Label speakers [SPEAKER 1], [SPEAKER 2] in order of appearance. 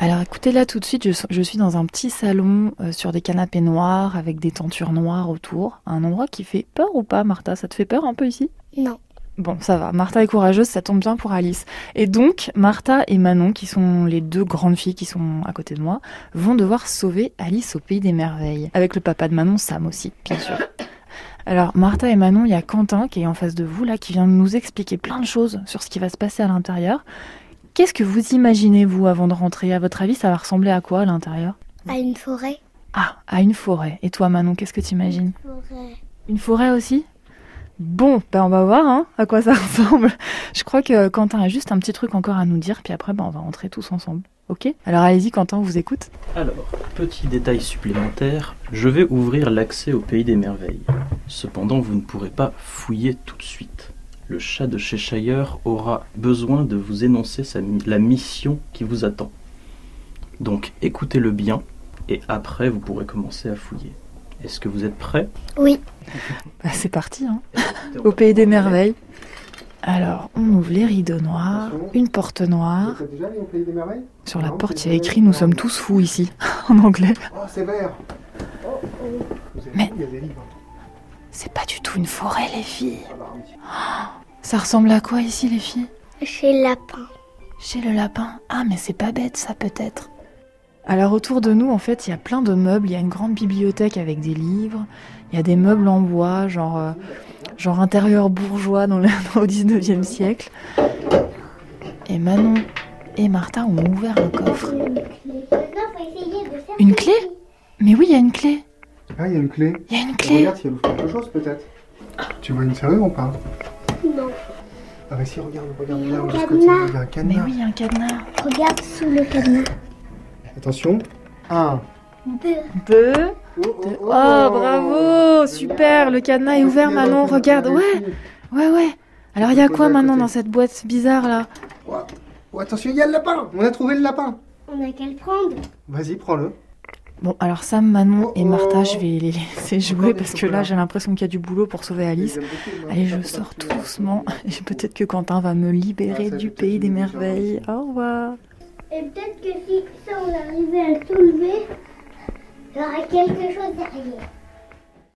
[SPEAKER 1] Alors écoutez, là tout de suite, je, je suis dans un petit salon euh, sur des canapés noirs avec des tentures noires autour. Un endroit qui fait peur ou pas, Martha Ça te fait peur un peu ici
[SPEAKER 2] Non.
[SPEAKER 1] Bon, ça va, Martha est courageuse, ça tombe bien pour Alice. Et donc, Martha et Manon, qui sont les deux grandes filles qui sont à côté de moi, vont devoir sauver Alice au pays des merveilles. Avec le papa de Manon, Sam aussi, bien sûr. Alors, Martha et Manon, il y a Quentin qui est en face de vous, là, qui vient de nous expliquer plein de choses sur ce qui va se passer à l'intérieur. Qu'est-ce que vous imaginez, vous, avant de rentrer À votre avis, ça va ressembler à quoi à l'intérieur
[SPEAKER 2] À une forêt
[SPEAKER 1] Ah, à une forêt. Et toi, Manon, qu'est-ce que tu imagines
[SPEAKER 2] Forêt.
[SPEAKER 1] Une forêt aussi Bon, ben on va voir hein, à quoi ça ressemble. Je crois que Quentin a juste un petit truc encore à nous dire, puis après, ben, on va rentrer tous ensemble. Ok Alors allez-y, Quentin, on vous écoute.
[SPEAKER 3] Alors, petit détail supplémentaire, je vais ouvrir l'accès au pays des merveilles. Cependant, vous ne pourrez pas fouiller tout de suite. Le chat de Cheshire aura besoin de vous énoncer sa mi- la mission qui vous attend. Donc, écoutez-le bien et après, vous pourrez commencer à fouiller. Est-ce que vous êtes prêts
[SPEAKER 2] Oui.
[SPEAKER 1] Ben, c'est parti, hein, au pays des merveilles. Alors, on ouvre les rideaux noirs, une porte noire.
[SPEAKER 4] Vous êtes déjà allé au Pays des Merveilles
[SPEAKER 1] Sur la porte, il y a écrit Nous sommes tous fous ici, en anglais.
[SPEAKER 4] Oh, c'est vert Oh, oh. Vous avez
[SPEAKER 1] Mais-
[SPEAKER 4] vu, il y a des livres.
[SPEAKER 1] C'est pas du tout une forêt, les filles.
[SPEAKER 4] Ah, bah, oui.
[SPEAKER 1] Ça ressemble à quoi ici, les filles
[SPEAKER 2] Chez le lapin.
[SPEAKER 1] Chez le lapin Ah, mais c'est pas bête, ça peut-être. Alors autour de nous, en fait, il y a plein de meubles. Il y a une grande bibliothèque avec des livres. Il y a des meubles en bois, genre, euh, genre intérieur bourgeois dans le, au 19e siècle. Et Manon et Martha ont ouvert le coffre. Une clé Mais oui, il y a une clé.
[SPEAKER 4] Ah, il y a une clé.
[SPEAKER 1] Il y a une clé.
[SPEAKER 4] Regarde s'il y a quelque chose, peut-être. Tu vois une serrure ou pas
[SPEAKER 2] Non.
[SPEAKER 4] Ah, bah si, regarde, regarde
[SPEAKER 2] Il y a
[SPEAKER 4] là,
[SPEAKER 2] un
[SPEAKER 4] de ce côté,
[SPEAKER 2] cadenas.
[SPEAKER 4] il y a un
[SPEAKER 1] Mais
[SPEAKER 4] cadenas.
[SPEAKER 1] oui, il y a un cadenas.
[SPEAKER 2] Regarde sous le cadenas.
[SPEAKER 4] Attention. Un.
[SPEAKER 2] Deux.
[SPEAKER 1] Deux.
[SPEAKER 4] Oh,
[SPEAKER 1] Oh, bravo Super, le cadenas est ouvert, Manon. Regarde, ouais, ouais, ouais. Alors, il y a quoi maintenant dans cette boîte bizarre là
[SPEAKER 4] Oh, attention, il y a le lapin On a trouvé le lapin
[SPEAKER 2] On a qu'à le prendre.
[SPEAKER 4] Vas-y, prends-le.
[SPEAKER 1] Bon, alors Sam, Manon
[SPEAKER 4] Oh
[SPEAKER 1] et Martha,
[SPEAKER 4] oh.
[SPEAKER 1] je vais les laisser
[SPEAKER 4] Encore
[SPEAKER 1] jouer
[SPEAKER 4] des
[SPEAKER 1] parce que là,
[SPEAKER 4] chocolats.
[SPEAKER 1] j'ai l'impression qu'il y a du boulot pour sauver Alice.
[SPEAKER 4] Ils aiment beaucoup, moi,
[SPEAKER 1] Allez,
[SPEAKER 4] ça
[SPEAKER 1] je
[SPEAKER 4] fait
[SPEAKER 1] sors tout
[SPEAKER 4] partie.
[SPEAKER 1] doucement. Et Peut-être que Quentin va me libérer
[SPEAKER 4] Ah, ça,
[SPEAKER 1] du
[SPEAKER 4] j'ai
[SPEAKER 1] pays
[SPEAKER 4] peut-être
[SPEAKER 1] des
[SPEAKER 4] une légère
[SPEAKER 1] merveilles.
[SPEAKER 4] impression.
[SPEAKER 1] Au revoir.
[SPEAKER 2] Et peut-être que si ça on arrivait à le soulever, il y aura quelque chose derrière.